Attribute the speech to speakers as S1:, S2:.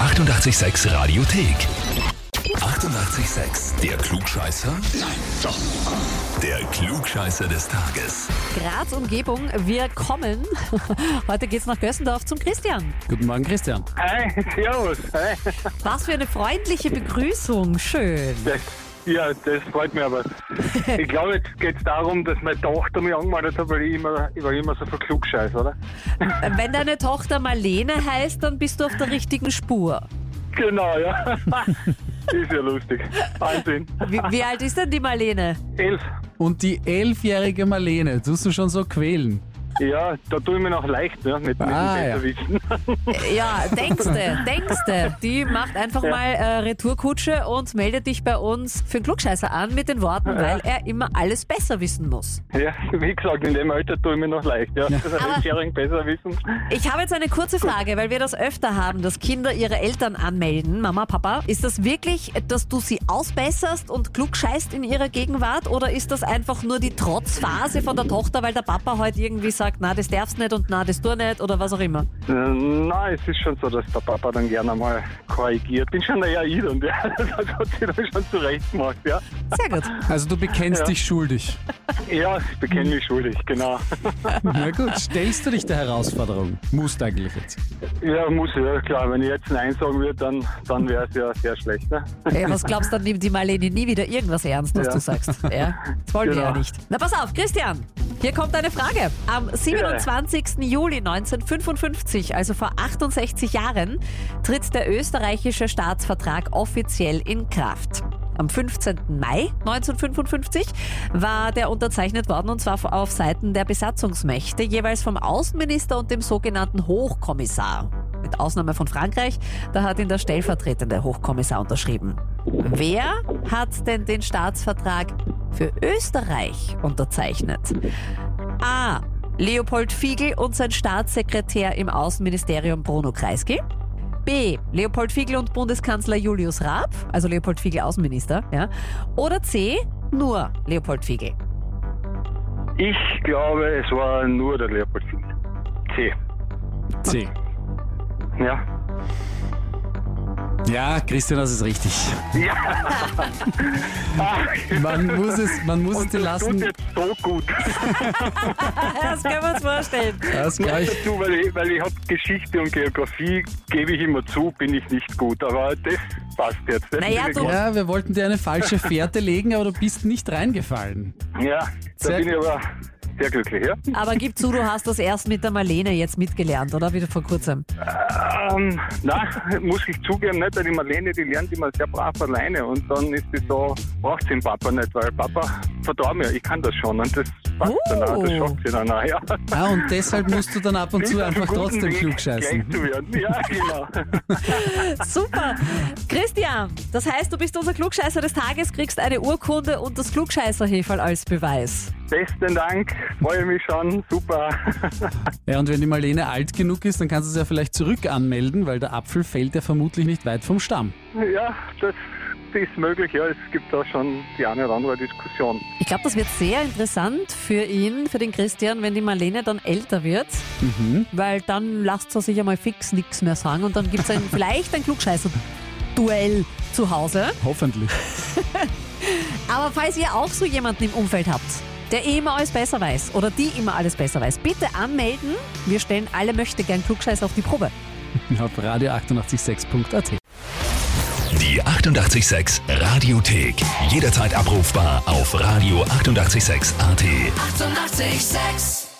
S1: 886 Radiothek. 88,6. Der Klugscheißer? Nein, doch. Der Klugscheißer des Tages.
S2: Graz Umgebung, wir kommen. Heute geht's nach Gössendorf zum Christian.
S3: Guten Morgen, Christian.
S4: Hi, servus. Hi.
S2: Was für eine freundliche Begrüßung, schön.
S4: Das, ja, das freut mich aber. Ich glaube, jetzt geht es darum, dass meine Tochter mich angemeldet hat, weil ich immer, ich war immer so viel klugscheiß, oder?
S2: Wenn deine Tochter Marlene heißt, dann bist du auf der richtigen Spur.
S4: Genau, ja. Ist ja lustig. Wahnsinn.
S2: Wie, wie alt ist denn die Marlene?
S4: Elf.
S3: Und die elfjährige Marlene, tust du schon so quälen?
S4: Ja, da tue ich mir noch leicht, ne? mit, mit
S3: Ah, ja.
S4: dem Besserwissen.
S2: Ja, denkste, denkste. Die macht einfach mal äh, Retourkutsche und meldet dich bei uns für den Klugscheißer an mit den Worten, weil er immer alles besser wissen muss.
S4: Ja, wie gesagt, in dem Alter tue ich mir noch leicht. Ja. Das
S2: Aber-
S4: ist Sharing besser wissen.
S2: Ich habe jetzt eine kurze Frage, weil wir das öfter haben, dass Kinder ihre Eltern anmelden, Mama, Papa. Ist das wirklich, dass du sie ausbesserst und klugscheißt in ihrer Gegenwart oder ist das einfach nur die Trotzphase von der Tochter, weil der Papa heute irgendwie sagt, na, das darfst nicht und na, das tu nicht oder was auch immer?
S4: Äh, Nein, es ist schon so, dass der Papa dann gerne mal korrigiert. Bin schon eher ich und ja, das hat sich dann schon zurecht gemacht, ja.
S2: Sehr gut.
S3: Also du bekennst
S4: Ja.
S3: dich schuldig.
S4: Ja, ich bekenne mich schuldig, genau.
S3: Na gut, stellst du dich der Herausforderung? Musst eigentlich jetzt.
S4: Ja, muss ja, klar. Wenn ich jetzt Nein sagen würde, dann, dann wäre es ja sehr schlecht. Ne?
S2: Ey, was glaubst du, dann nimmt die Marlene nie wieder irgendwas ernst, was
S4: Ja.
S2: du sagst. Ja, das wollen wir
S4: Genau.
S2: ja nicht. Na pass auf, Christian, hier kommt eine Frage. Am 27. Juli 1955, also vor 68 Jahren, tritt der österreichische Staatsvertrag offiziell in Kraft. Am 15. Mai 1955 war der unterzeichnet worden und zwar auf Seiten der Besatzungsmächte, jeweils vom Außenminister und dem sogenannten Hochkommissar. Mit Ausnahme von Frankreich, da hat ihn der stellvertretende Hochkommissar unterschrieben. Wer hat denn den Staatsvertrag für Österreich unterzeichnet? A. Leopold Fiegel und sein Staatssekretär im Außenministerium Bruno Kreisky. B. Leopold Fiegel und Bundeskanzler Julius Raab, also Leopold Fiegel Außenminister, ja. Oder C. Nur Leopold Fiegel.
S4: Ich glaube, es war nur der Leopold Fink. C.
S3: C.
S4: Ja.
S3: Ja, Christian, das ist richtig.
S4: Ja,
S3: Man muss es, man muss es dir
S4: das tut
S3: lassen.
S4: jetzt so gut.
S2: Das können wir uns vorstellen.
S3: Das
S4: Nur
S3: gleich.
S4: dazu, weil ich, weil ich habe Geschichte und Geografie, gebe ich immer zu, bin ich nicht gut. Aber das passt jetzt. Das
S2: Naja,
S4: ist
S2: du-
S4: egal.
S3: Ja, wir wollten dir eine falsche Fährte legen, aber du bist nicht reingefallen.
S4: ja da
S3: Sehr
S4: bin ich aber sehr glücklich. Ja?
S2: Aber gib zu, du hast das erst mit der Marlene jetzt mitgelernt, oder? Wieder vor kurzem.
S4: Ähm, nein, muss ich zugeben, nicht, weil die Marlene, die lernt immer sehr brav alleine und dann ist die so, braucht den Papa nicht, weil Papa, vertrau mir, ich kann das schon und das passt
S2: Uh.
S4: dann auch, das schockt sie dann auch, ja.
S3: Ah, und deshalb musst du dann ab und
S4: Ist
S3: Oh. zu
S4: auf
S3: einfach
S4: einem guten
S3: trotzdem
S4: Weg,
S3: klugscheißen.
S4: gleich zu werden. Ja, genau.
S2: Super. Christian, das heißt, du bist unser Klugscheißer des Tages, kriegst eine Urkunde und das Klugscheißerheferl als Beweis.
S4: Besten Dank, freue mich schon, super.
S3: Ja, und wenn die Marlene alt genug ist, dann kannst du es ja vielleicht zurück anmelden, weil der Apfel fällt ja vermutlich nicht weit vom Stamm.
S4: Ja, das ist möglich, ja, es gibt da schon die eine oder andere Diskussion.
S2: Ich glaube, das wird sehr interessant für ihn, für den Christian, wenn die Marlene dann älter wird, weil dann lasst er sich einmal fix nichts mehr sagen und dann gibt es ein, vielleicht ein Klugscheißer-Duell zu Hause.
S3: Hoffentlich.
S2: Aber falls ihr auch so jemanden im Umfeld habt, der eh immer alles besser weiß oder die immer alles besser weiß, bitte anmelden. Wir stellen alle möchte gern Klugscheißer auf die Probe.
S3: Auf radio886.at.
S1: Die 88,6 Radiothek. Jederzeit abrufbar auf radio886.at. 88,6.
S5: Eighty-eight, sex.